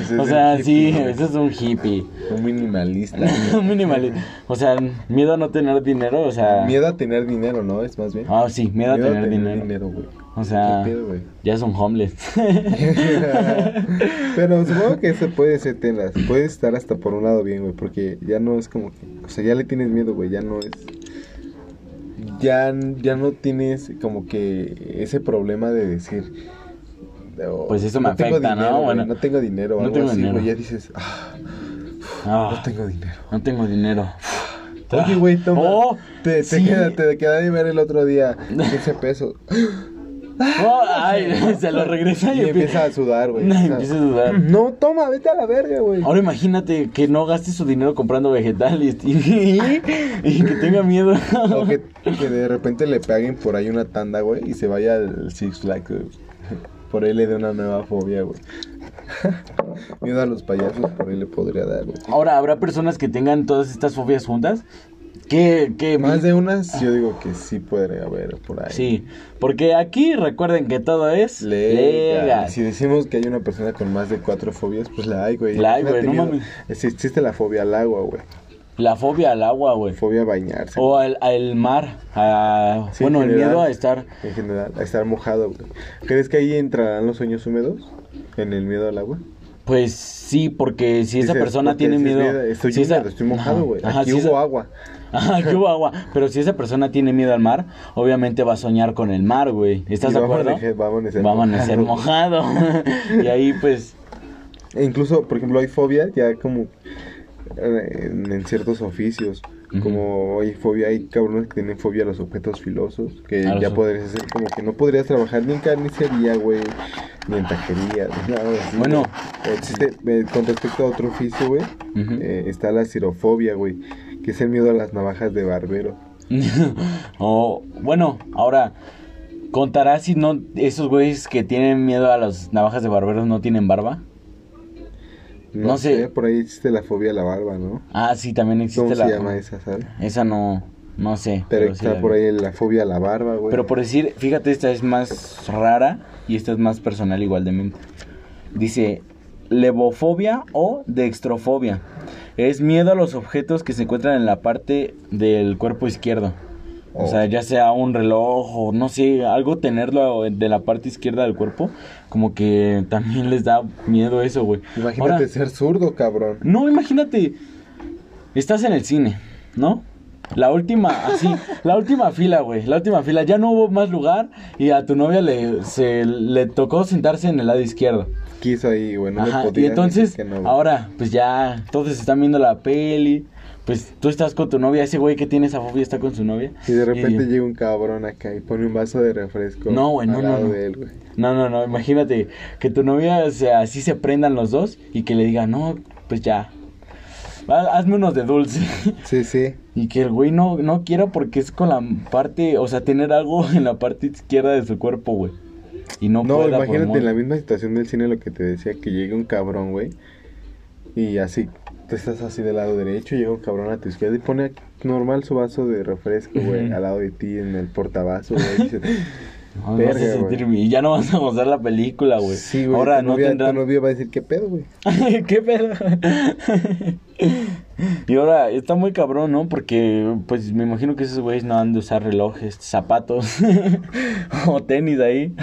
Speaker 3: Ese es
Speaker 2: o
Speaker 3: el
Speaker 2: sea,
Speaker 3: hippie,
Speaker 2: sí,
Speaker 3: güey.
Speaker 2: eso es un hippie. [laughs]
Speaker 3: Un minimalista.
Speaker 2: Minimalista. O sea, miedo a no tener dinero, o sea.
Speaker 3: Miedo a tener dinero, ¿no? Es más bien.
Speaker 2: Ah, sí, miedo, a tener, dinero. Ah.
Speaker 3: güey.
Speaker 2: O sea,
Speaker 3: Qué pedo, güey. [laughs]
Speaker 2: ya es un homeless. [laughs]
Speaker 3: Pero supongo que eso puede ser telas. Puede estar hasta por un lado bien, güey. Porque ya no es como que. O sea, ya le tienes miedo, güey. Ya no es. Ya, ya no tienes como que ese problema de decir. oh,
Speaker 2: Pues eso me
Speaker 3: tengo
Speaker 2: afecta, ¿no?
Speaker 3: dinero, güey,
Speaker 2: Bueno,
Speaker 3: no tengo dinero. o
Speaker 2: no
Speaker 3: algo
Speaker 2: tengo
Speaker 3: así,
Speaker 2: dinero.
Speaker 3: güey. Ya dices, ah,
Speaker 2: Ah,
Speaker 3: no tengo dinero.
Speaker 2: no tengo dinero.
Speaker 3: Oye, güey, toma.
Speaker 2: Oh,
Speaker 3: te, te,
Speaker 2: sí.
Speaker 3: queda, te queda de ver el otro día 15 pesos.
Speaker 2: [laughs] Oh, ay, [laughs] se lo regresa y,
Speaker 3: Y
Speaker 2: empie-
Speaker 3: empieza a sudar, güey.
Speaker 2: No,
Speaker 3: O sea,
Speaker 2: empieza a sudar.
Speaker 3: No, toma, vete a la verga, güey.
Speaker 2: Ahora imagínate que no gaste su dinero comprando vegetales [laughs] y, y que tenga miedo.
Speaker 3: O que, que de repente le paguen por ahí una tanda, güey, y se vaya al Six Flags, güey. Por ahí le dé una nueva fobia, güey. [laughs] Miedo a los payasos, por ahí le podría dar, güey.
Speaker 2: [laughs] Ahora, ¿habrá personas que tengan todas estas fobias juntas? ¿Qué, qué
Speaker 3: Más de unas, yo digo que sí podría haber por ahí.
Speaker 2: Sí, porque aquí recuerden que todo es
Speaker 3: Legal.
Speaker 2: legal.
Speaker 3: Si decimos que hay una persona con más de cuatro fobias, pues la hay, güey.
Speaker 2: La hay, güey,
Speaker 3: Imagínate
Speaker 2: no
Speaker 3: miedo. Si existe la fobia al agua, güey.
Speaker 2: La fobia al agua, güey.
Speaker 3: Fobia a bañarse.
Speaker 2: O al, al mar. a-
Speaker 3: Sí,
Speaker 2: bueno,
Speaker 3: en
Speaker 2: el
Speaker 3: general.
Speaker 2: miedo a estar.
Speaker 3: En general, a estar mojado, güey. ¿Crees que ahí entrarán los sueños húmedos? En el miedo al agua.
Speaker 2: Pues sí, porque si esa
Speaker 3: Dices,
Speaker 2: persona
Speaker 3: porque
Speaker 2: tiene
Speaker 3: dices,
Speaker 2: miedo.
Speaker 3: "Mira, Estoy,
Speaker 2: si esa-
Speaker 3: húmedo, estoy mojado,
Speaker 2: Ajá,
Speaker 3: güey.
Speaker 2: ajá,
Speaker 3: Aquí
Speaker 2: si
Speaker 3: hubo
Speaker 2: esa-
Speaker 3: agua.
Speaker 2: [laughs] Ajá, aquí hubo agua. Pero si esa persona tiene miedo al mar, obviamente va a soñar con el mar, güey. ¿Estás
Speaker 3: Y
Speaker 2: de
Speaker 3: va a
Speaker 2: acuerdo?
Speaker 3: amanecer- va a amanecer
Speaker 2: Va a amanecer mojado. [laughs] y ahí, pues.
Speaker 3: E incluso, por ejemplo, hay fobias ya como eh, en, en ciertos oficios.
Speaker 2: Ujú.
Speaker 3: Como hay fobia, hay cabrones que tienen fobia a los objetos filosos, que
Speaker 2: A los
Speaker 3: ya
Speaker 2: ob-
Speaker 3: podrías hacer como que no podrías trabajar ni en carnicería, güey, ni en taquería, ni nada así.
Speaker 2: Bueno.
Speaker 3: Eh, existe, eh, con respecto a otro oficio, güey,
Speaker 2: Ujú. [laughs]
Speaker 3: eh, está la cirofobia, güey, que es el miedo a las navajas de barbero.
Speaker 2: Oh, bueno, ahora, ¿contarás si no esos güeyes que tienen miedo a las navajas de barberos no tienen barba?
Speaker 3: No,
Speaker 2: No sé.
Speaker 3: sé. por ahí existe la fobia a la barba, ¿no?
Speaker 2: Ah, sí, también existe
Speaker 3: ¿Cómo se
Speaker 2: la.
Speaker 3: llama esa, sabes?
Speaker 2: Esa no, no sé.
Speaker 3: Pero,
Speaker 2: sí
Speaker 3: está
Speaker 2: la
Speaker 3: por
Speaker 2: vi.
Speaker 3: ahí la fobia a la barba, güey.
Speaker 2: Pero por decir, fíjate, esta es más rara y esta es más personal igual de mí. Dice, levofobia o dextrofobia. Es miedo a los objetos que se encuentran en la parte del cuerpo izquierdo. O
Speaker 3: Oh.
Speaker 2: sea, ya sea un reloj o no sé, algo tenerlo de la parte izquierda del cuerpo, como que también les da miedo eso, güey.
Speaker 3: Imagínate
Speaker 2: Ahora-
Speaker 3: ser zurdo, cabrón.
Speaker 2: no, imagínate. Estás en el cine, ¿no? La última, así, la última fila, güey, la última fila. Ya no hubo más lugar y a tu novia le, se, le tocó sentarse en el lado izquierdo.
Speaker 3: Quiso ahí, güey, no
Speaker 2: Ajá,
Speaker 3: le
Speaker 2: y
Speaker 3: podías
Speaker 2: entonces,
Speaker 3: decir que no, güey.
Speaker 2: ahora, pues ya, todos están viendo la peli, pues tú estás con tu novia, ese güey que tiene esa fobia está con su novia.
Speaker 3: Y de repente
Speaker 2: y-
Speaker 3: llega un cabrón acá y pone un vaso de refresco.
Speaker 2: No, güey, no,
Speaker 3: al
Speaker 2: no,
Speaker 3: lado
Speaker 2: no.
Speaker 3: de él, güey.
Speaker 2: No, no, no, imagínate que tu novia o sea, así se prendan los dos y que le diga, no, pues ya, ha- hazme unos de dulce. [laughs]
Speaker 3: Sí, sí.
Speaker 2: Y que el güey no, no quiera porque es con la parte, o sea, tener algo [laughs] en la parte izquierda de su cuerpo, güey. Y no,
Speaker 3: No,
Speaker 2: pueda, por
Speaker 3: imagínate
Speaker 2: mor-
Speaker 3: en la misma situación del cine lo que te decía, que llega un cabrón, güey. Y así, tú estás así del lado derecho, llega un cabrón a tu izquierda y pone normal su vaso de refresco, güey,
Speaker 2: Ujú.
Speaker 3: al lado de ti en el portavasos, güey. y dices,
Speaker 2: [laughs] Ah, No, no vas a
Speaker 3: verga,
Speaker 2: sentir- y ya no vas a gozar la película, Ah, güey.
Speaker 3: sí, güey,
Speaker 2: Ahora
Speaker 3: tu
Speaker 2: no
Speaker 3: novia, tu
Speaker 2: tendrán...
Speaker 3: novia va a decir, ¿qué pedo, güey?
Speaker 2: [laughs] ¿Qué pedo? [laughs] y ahora está muy cabrón, ¿no? Porque pues me imagino que esos güeyes no han de usar relojes, zapatos [laughs] o tenis ahí.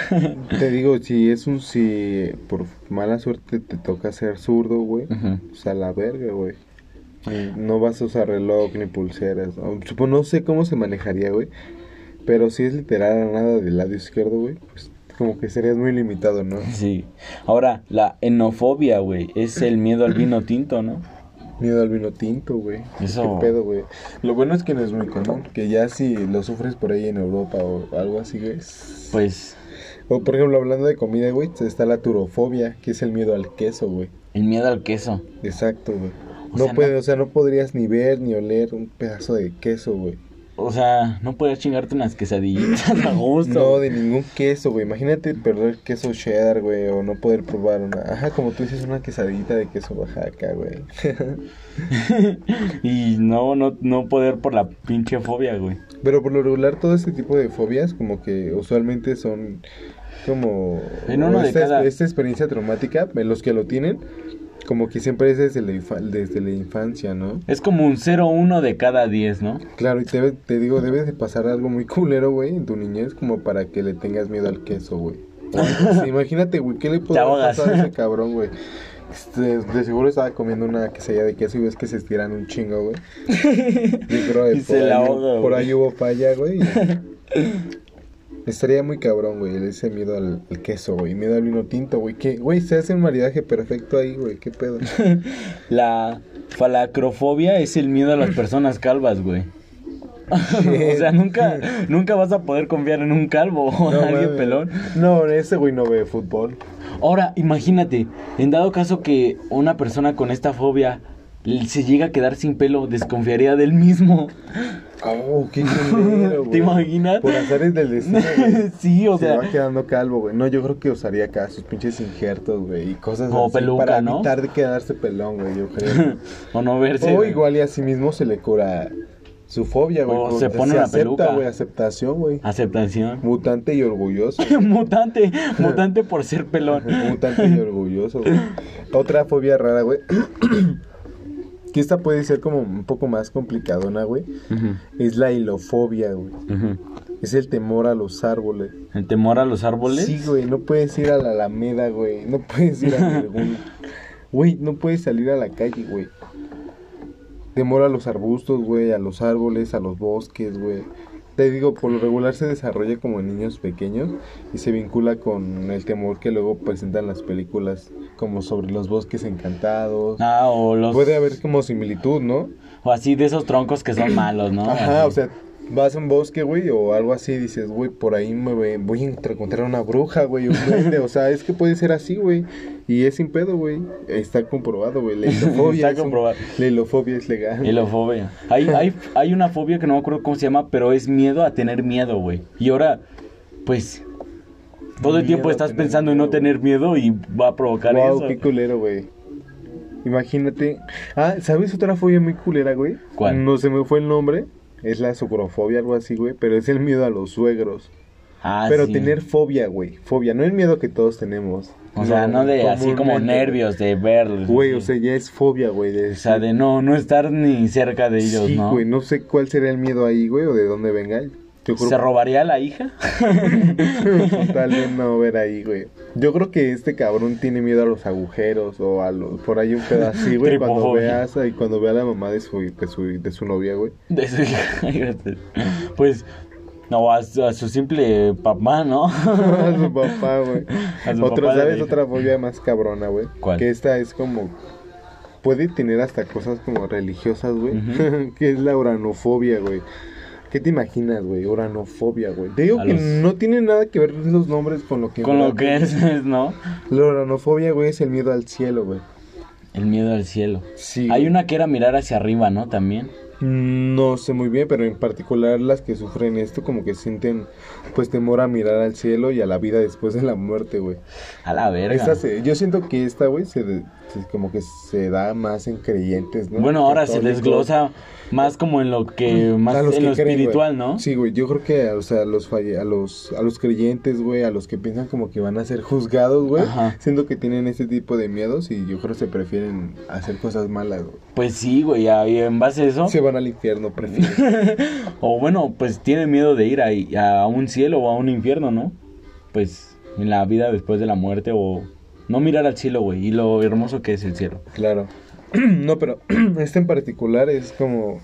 Speaker 3: Te digo, si es un, si por mala suerte te toca ser zurdo, güey,
Speaker 2: Ujú.
Speaker 3: pues a la verga, güey. Ni- No vas a usar reloj ni pulseras. O- supo- No sé cómo se manejaría, güey. Pero si es literal a nada del lado izquierdo, güey, pues como que serías muy limitado, ¿no?
Speaker 2: Sí. Ahora, la enofobia, güey, es el miedo al vino tinto, ¿no?
Speaker 3: Miedo al vino tinto, güey.
Speaker 2: Eso-
Speaker 3: ¿Qué pedo, güey? Lo bueno es que no es muy común. Que ya si lo sufres por ahí en Europa o algo así, güey.
Speaker 2: Pues
Speaker 3: O por ejemplo, hablando de comida, güey, está la turofobia, que es el miedo al queso, güey.
Speaker 2: el miedo al queso.
Speaker 3: Exacto, güey.
Speaker 2: O
Speaker 3: No
Speaker 2: sea,
Speaker 3: puede,
Speaker 2: no-
Speaker 3: o sea, no podrías ni ver ni oler un pedazo de queso, güey.
Speaker 2: O sea, no podías chingarte unas quesadillitas [laughs] a gusto.
Speaker 3: No, de ningún queso, güey. Imagínate perder queso cheddar, güey, o no poder probar una. Ajá, como tú dices, una quesadita de queso Oaxaca, güey. [laughs]
Speaker 2: Y no, no, no poder por la pinche fobia, güey.
Speaker 3: Pero por lo regular, todo este tipo de fobias, como que usualmente son como.
Speaker 2: En uno de
Speaker 3: esta,
Speaker 2: cada-
Speaker 3: esta experiencia traumática, eh, los que lo tienen, como que siempre es desde la, infa- desde la infancia, ¿no?
Speaker 2: Es como un 0-1 de cada 10, ¿no?
Speaker 3: Claro, y te, te digo, debes de pasar algo muy culero, güey, en tu niñez, como para que le tengas miedo al queso, güey. O algo así. Imagínate, güey, ¿qué le podría
Speaker 2: ahogas. [laughs]
Speaker 3: pasar a ese cabrón, güey? Este, de seguro estaba comiendo una quesadilla de queso y ves que se estiran un chingo, güey. Yo creo que
Speaker 2: [laughs] Y
Speaker 3: por,
Speaker 2: se la
Speaker 3: ahí,
Speaker 2: ahoga,
Speaker 3: por
Speaker 2: güey.
Speaker 3: ahí hubo falla,
Speaker 2: [laughs]
Speaker 3: güey. Estaría muy cabrón, güey, ese miedo al, al queso, güey. Miedo al vino tinto, güey. que, Güey, se hace un maridaje perfecto ahí, güey. ¿Qué pedo?
Speaker 2: La falacrofobia es el miedo a las personas calvas, güey. [laughs] o sea, nunca, nunca vas a poder confiar en un calvo o en
Speaker 3: No,
Speaker 2: [laughs] alguien
Speaker 3: mames.
Speaker 2: pelón.
Speaker 3: No, ese güey no ve fútbol.
Speaker 2: Ahora, imagínate, en dado caso que una persona con esta fobia se llega a quedar sin pelo, desconfiaría del mismo.
Speaker 3: Oh,
Speaker 2: [laughs]
Speaker 3: qué culero,
Speaker 2: ¿Te
Speaker 3: güey.
Speaker 2: imaginas?
Speaker 3: Por azares
Speaker 2: [laughs]
Speaker 3: del destino. güey.
Speaker 2: sí, o
Speaker 3: se
Speaker 2: sea.
Speaker 3: va quedando calvo, güey. No, yo creo que usaría acá sus pinches injertos, güey, y cosas
Speaker 2: Como
Speaker 3: así
Speaker 2: peluca,
Speaker 3: para
Speaker 2: ¿no?
Speaker 3: evitar de quedarse pelón, güey, yo creo.
Speaker 2: [laughs] O no verse.
Speaker 3: o igual y a sí mismo se le cura su fobia, güey.
Speaker 2: O
Speaker 3: como
Speaker 2: se
Speaker 3: que
Speaker 2: pone una
Speaker 3: acepta,
Speaker 2: peluca.
Speaker 3: güey, aceptación, güey.
Speaker 2: Aceptación.
Speaker 3: Mutante
Speaker 2: [laughs]
Speaker 3: y orgulloso. [laughs]
Speaker 2: mutante, mutante por ser pelón.
Speaker 3: Mutante y orgulloso, güey. Otra fobia rara, güey. [clears throat] que esta puede ser como un poco más complicadona, güey.
Speaker 2: Ujú,
Speaker 3: Es la hilofobia, güey.
Speaker 2: ujú.
Speaker 3: Es el temor a los árboles.
Speaker 2: El temor a los árboles.
Speaker 3: Sí, güey, no puedes ir a la Alameda, güey. No puedes ir
Speaker 2: [laughs]
Speaker 3: a ningún. Güey, no puedes salir a la calle, güey. Temor a los arbustos, güey, a los árboles, a los bosques, güey. Te digo, por lo regular se desarrolla como en niños pequeños y se vincula con el temor que luego presentan las películas como sobre los bosques encantados.
Speaker 2: Ah, o los.
Speaker 3: Puede haber como similitud, ¿no?
Speaker 2: O así de esos troncos que son malos, ¿no?
Speaker 3: Ajá,
Speaker 2: Así.
Speaker 3: o sea, vas a un bosque, güey, o algo así, dices, güey, por ahí me ve- voy a encontrar- encontrar una bruja, güey, un duende, o sea, es que puede ser así, güey, y es sin pedo, güey, está comprobado,
Speaker 2: [laughs]
Speaker 3: güey, la
Speaker 2: [laughs]
Speaker 3: ilofobia,
Speaker 2: Está
Speaker 3: es un-
Speaker 2: comprobado.
Speaker 3: la ilofobia es legal.
Speaker 2: Y la fobia. Hay, hay, hay una fobia que no me acuerdo cómo se llama, pero es miedo a tener miedo, güey. Y ahora, pues, todo el
Speaker 3: Miedo
Speaker 2: tiempo
Speaker 3: a
Speaker 2: estás
Speaker 3: tener
Speaker 2: pensando en
Speaker 3: miedo,
Speaker 2: no tener miedo y va a provocar
Speaker 3: wow,
Speaker 2: eso.
Speaker 3: qué culero, güey. Imagínate. Ah, ¿sabes otra fobia muy culera, güey?
Speaker 2: ¿Cuál?
Speaker 3: No se me fue el nombre. Es la sucrofobia, algo así, güey. Pero es el miedo a los suegros.
Speaker 2: Ah,
Speaker 3: pero
Speaker 2: sí.
Speaker 3: tener fobia, güey. Fobia, no el miedo que todos tenemos.
Speaker 2: O sea, no de así como
Speaker 3: comúnmente,
Speaker 2: nervios de verlos.
Speaker 3: Güey, o
Speaker 2: así.
Speaker 3: sea, ya es fobia, güey. de
Speaker 2: O sea,
Speaker 3: decir,
Speaker 2: de no, no estar ni cerca de ellos,
Speaker 3: sí,
Speaker 2: ¿no?
Speaker 3: güey, no sé cuál será el miedo ahí, güey, o de dónde venga. Yo creo
Speaker 2: ¿Se robaría a la hija? [laughs]
Speaker 3: [laughs] Tal vez no ver ahí, güey. Yo creo que este cabrón tiene miedo a los agujeros o a los por ahí un pedazo así,
Speaker 2: [laughs]
Speaker 3: güey, cuando
Speaker 2: Tripofobia.
Speaker 3: veas y cuando vea a la mamá de su de su, de su novia, güey.
Speaker 2: De su hija. [laughs] pues, no, a su, a su simple papá,
Speaker 3: [laughs]
Speaker 2: ¿no? [laughs]
Speaker 3: a su papá, güey.
Speaker 2: A su
Speaker 3: Otro,
Speaker 2: papá de la
Speaker 3: ¿sabes
Speaker 2: hija.
Speaker 3: otra fobia más cabrona, güey?
Speaker 2: ¿Cuál?
Speaker 3: Que esta es como puede tener hasta cosas como religiosas, güey,
Speaker 2: Ujú.
Speaker 3: [laughs] que es la uranofobia, güey. ¿Qué te imaginas, güey? Uranofobia, güey. Te digo
Speaker 2: A
Speaker 3: que
Speaker 2: los-
Speaker 3: no tiene nada que ver los nombres con lo que
Speaker 2: Con lo que es, es, ¿no?
Speaker 3: La uranofobia, güey, es el miedo al cielo, güey.
Speaker 2: El miedo al cielo.
Speaker 3: Sí.
Speaker 2: Hay
Speaker 3: güey.
Speaker 2: una que era mirar hacia arriba, ¿no? También.
Speaker 3: No sé muy bien, pero en particular las que sufren esto como que sienten pues temor a mirar al cielo y a la vida después de la muerte, güey.
Speaker 2: A la verga.
Speaker 3: Esta se- yo siento que esta, güey, se, de- se- como que se da más en creyentes, ¿no?
Speaker 2: Bueno, ahora se
Speaker 3: Católicos.
Speaker 2: desglosa más como en lo que más
Speaker 3: A los
Speaker 2: en
Speaker 3: que
Speaker 2: lo
Speaker 3: creen, güey.
Speaker 2: espiritual, ¿no?
Speaker 3: Sí, güey, yo creo que o sea, a los falle- a los a los creyentes, güey, a los que piensan como que van a ser juzgados, güey,
Speaker 2: Ajá.
Speaker 3: siento que tienen este tipo de miedos y yo creo que se prefieren hacer cosas malas, güey.
Speaker 2: Pues sí, güey, ya, y en base a eso
Speaker 3: Se van al infierno, prefieren.
Speaker 2: o bueno, pues tiene miedo de ir ahí, a, un cielo o a un infierno, ¿no? Pues en la vida después de la muerte o no mirar al cielo, güey, y lo hermoso que es el cielo.
Speaker 3: Claro. [clears throat] No, pero [clears throat] este en particular es como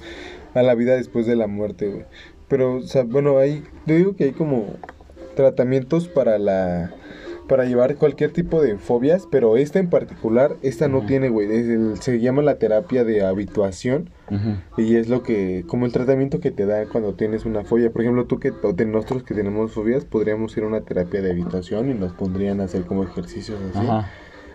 Speaker 3: a la vida después de la muerte, güey. Pero, o sea, bueno, hay, yo digo que hay como tratamientos para la, para llevar cualquier tipo de fobias, pero esta en particular, esta no
Speaker 2: Ujú.
Speaker 3: tiene, güey. Es el- se llama la terapia de habituación
Speaker 2: Ujú.
Speaker 3: y es lo que, como el tratamiento que te da cuando tienes una fobia. Por ejemplo, tú que, o de nosotros que tenemos fobias, podríamos ir a una terapia de habituación y nos pondrían a hacer como ejercicios así.
Speaker 2: Ajá.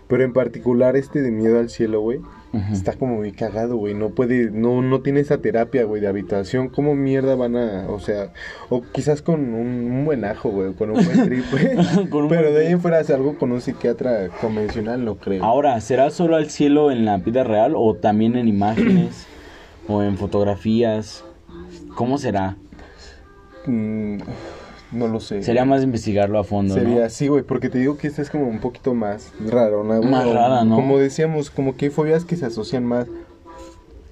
Speaker 3: Pero en particular este de miedo al cielo, güey.
Speaker 2: Ujú.
Speaker 3: Está como muy cagado, güey. No puede, no, no tiene esa terapia, güey, de habitación. ¿Cómo mierda van a, o sea, o quizás con un, un buen ajo, güey, con un buen trip,
Speaker 2: [laughs]
Speaker 3: güey.
Speaker 2: [laughs] Con un
Speaker 3: Pero
Speaker 2: buen
Speaker 3: de ahí en fuera hacer algo con un psiquiatra convencional, no creo.
Speaker 2: Ahora, ¿será solo al cielo en la vida real o también en
Speaker 3: [clears throat]
Speaker 2: imágenes o en fotografías? ¿Cómo será?
Speaker 3: Mm, no lo sé.
Speaker 2: Sería más investigarlo a fondo, ¿no?
Speaker 3: Sería así, güey, porque te digo que esta es como un poquito más raro, ¿no?
Speaker 2: Más
Speaker 3: O
Speaker 2: rara, ¿no?
Speaker 3: Como decíamos, como que hay fobias que se asocian más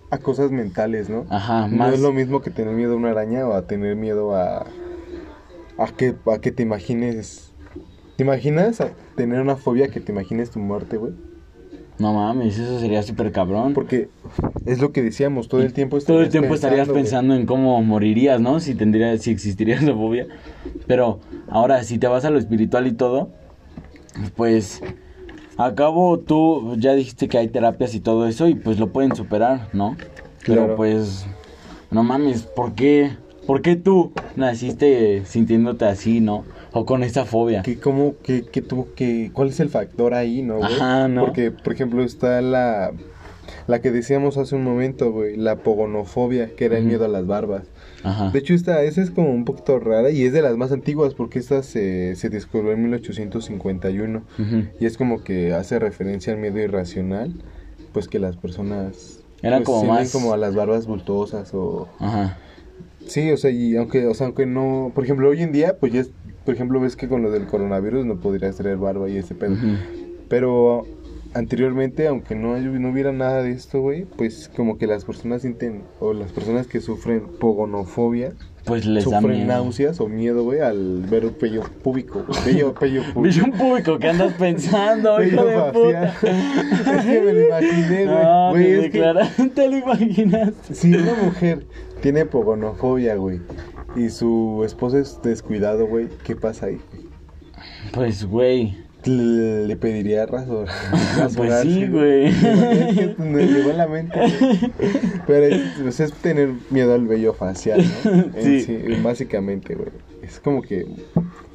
Speaker 3: a cosas mentales, ¿no?
Speaker 2: Ajá,
Speaker 3: No
Speaker 2: más
Speaker 3: es lo mismo que tener miedo a una araña o a tener miedo a. a que, a que te imagines. ¿Te imaginas a tener una fobia que te imagines tu muerte, güey?
Speaker 2: No mames, eso sería súper cabrón.
Speaker 3: Porque es lo que decíamos, todo el tiempo
Speaker 2: Todo el tiempo estarías
Speaker 3: güey.
Speaker 2: pensando en cómo morirías, ¿no? Si tendría, si existiría esa fobia. Pero ahora, si te vas a lo espiritual y todo, pues acabo tú ya dijiste que hay terapias y todo eso y pues lo pueden superar, ¿no?
Speaker 3: Claro.
Speaker 2: Pero pues no mames, ¿por qué? ¿Por qué tú naciste sintiéndote así, no? O con esa fobia.
Speaker 3: ¿Qué, cómo, qué, qué tuvo que, ¿Cuál es el factor ahí, no, güey?
Speaker 2: Ajá, ¿no?
Speaker 3: Porque, por ejemplo, está la. La que decíamos hace un momento, güey, la pogonofobia, que era el
Speaker 2: Ujú. Ah.
Speaker 3: miedo a las barbas.
Speaker 2: Ajá.
Speaker 3: De hecho, esta, esa es como un poquito rara y es de las más antiguas porque esta se, se descubrió en 1851.
Speaker 2: Ujú.
Speaker 3: Y es como que hace referencia al miedo irracional, pues que las personas...
Speaker 2: Era
Speaker 3: pues,
Speaker 2: como
Speaker 3: tienen
Speaker 2: más-
Speaker 3: como a las barbas bultosas o...
Speaker 2: Ajá.
Speaker 3: Sí, o sea, y aunque, o sea, aunque no... Por ejemplo, hoy en día, pues ya es... Por ejemplo, ves que con lo del coronavirus no podrías tener barba y ese pedo.
Speaker 2: Ujú.
Speaker 3: Pero anteriormente, aunque no, hay- no hubiera nada de esto, güey, pues como que las personas sienten, o las personas que sufren pogonofobia,
Speaker 2: Pues les da
Speaker 3: sufren
Speaker 2: miedo.
Speaker 3: náuseas o miedo, güey, al ver un pello púbico. güey,
Speaker 2: [laughs]
Speaker 3: Pello, pello púbico.
Speaker 2: Visión público, ¿qué [laughs] andas pensando, hijo de [laughs] puta?
Speaker 3: es que me lo imaginé, güey.
Speaker 2: No,
Speaker 3: Güey,
Speaker 2: te
Speaker 3: es que
Speaker 2: declaraste, te lo imaginaste.
Speaker 3: si una mujer tiene pogonofobia, güey, y su esposo es descuidado, güey, ¿qué pasa ahí?
Speaker 2: Pues, güey,
Speaker 3: Le, le pediría [laughs] razón.
Speaker 2: pues sí, güey.
Speaker 3: [laughs] Me llegó en la mente. güey. Pero es, pues, es tener miedo al vello facial, ¿no? En
Speaker 2: [laughs] Sí.
Speaker 3: básicamente, güey. Es como que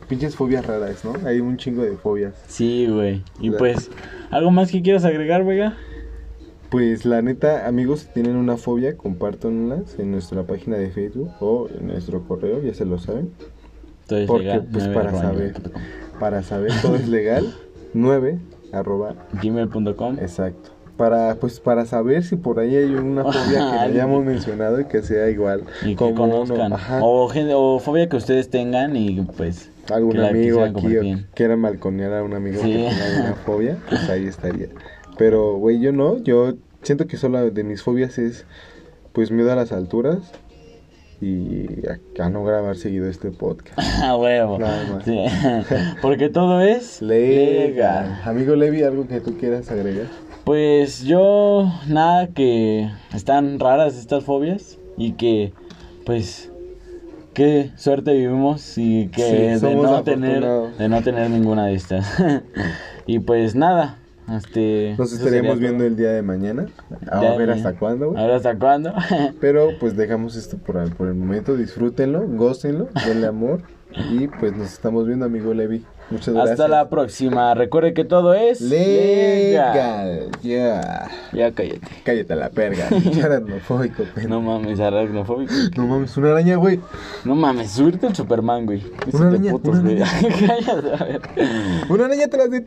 Speaker 3: pinches fobias raras, ¿no? Hay un chingo de fobias.
Speaker 2: Sí, güey. Y pues, ¿algo más que quieras agregar, Vega?
Speaker 3: Pues la neta, amigos, si tienen una fobia, compártanlas en nuestra página de Facebook o en nuestro correo, ya se lo saben.
Speaker 2: Entonces,
Speaker 3: Porque,
Speaker 2: Vega,
Speaker 3: pues,
Speaker 2: nueve
Speaker 3: para
Speaker 2: arroba
Speaker 3: saber.
Speaker 2: gmail punto com.
Speaker 3: Para saber todo
Speaker 2: [laughs]
Speaker 3: es legal, 9 arroba
Speaker 2: Gmail.com.
Speaker 3: Exacto. Para, pues, para saber si por ahí hay una
Speaker 2: [laughs]
Speaker 3: fobia que no hayamos mencionado y que sea igual.
Speaker 2: Y que
Speaker 3: como
Speaker 2: conozcan.
Speaker 3: uno- ajá,
Speaker 2: O, gente- o fobia que ustedes tengan y pues.
Speaker 3: algún
Speaker 2: que la
Speaker 3: amigo
Speaker 2: quisieran
Speaker 3: aquí o
Speaker 2: compartir. [laughs]
Speaker 3: que quiera balconear a un amigo
Speaker 2: Sí.
Speaker 3: que
Speaker 2: [laughs]
Speaker 3: tenga una fobia, pues ahí estaría. Pero, güey, yo no. Yo siento que solo de mis fobias es, pues, miedo a las alturas y a, a no grabar seguido este podcast.
Speaker 2: Ah, huevo.
Speaker 3: Nada más.
Speaker 2: Sí. [laughs] Porque todo es
Speaker 3: Legal. Amigo Levi, ¿algo que tú quieras agregar?
Speaker 2: Pues yo, nada, que están raras estas fobias y que, pues, qué suerte vivimos y
Speaker 3: Sí,
Speaker 2: que de,
Speaker 3: somos
Speaker 2: no tener,
Speaker 3: afortunados.
Speaker 2: de no tener ninguna de estas. [laughs] y pues nada, este...
Speaker 3: Nos
Speaker 2: eso
Speaker 3: estaremos
Speaker 2: sería todo.
Speaker 3: viendo el día de mañana. A
Speaker 2: Ya,
Speaker 3: ver
Speaker 2: ya.
Speaker 3: hasta cuándo, güey.
Speaker 2: A ver hasta cuándo.
Speaker 3: Pero pues dejamos esto por, al- por el momento. Disfrútenlo, gócenlo, denle amor. Y pues nos estamos viendo, amigo Levi. Muchas
Speaker 2: [laughs]
Speaker 3: gracias.
Speaker 2: hasta la próxima. Recuerde que todo es...
Speaker 3: Legal. Ya.
Speaker 2: Ya cállate.
Speaker 3: Cállate la perga. [laughs] pinche Aracnofóbico, pendejo.
Speaker 2: No mames, aracnofóbico.
Speaker 3: No mames, una araña, güey.
Speaker 2: No mames, subirte al Superman, güey. Ese
Speaker 3: Una
Speaker 2: te
Speaker 3: araña,
Speaker 2: putos,
Speaker 3: una
Speaker 2: güey. [laughs] Cállate, a ver.
Speaker 3: Una araña te las de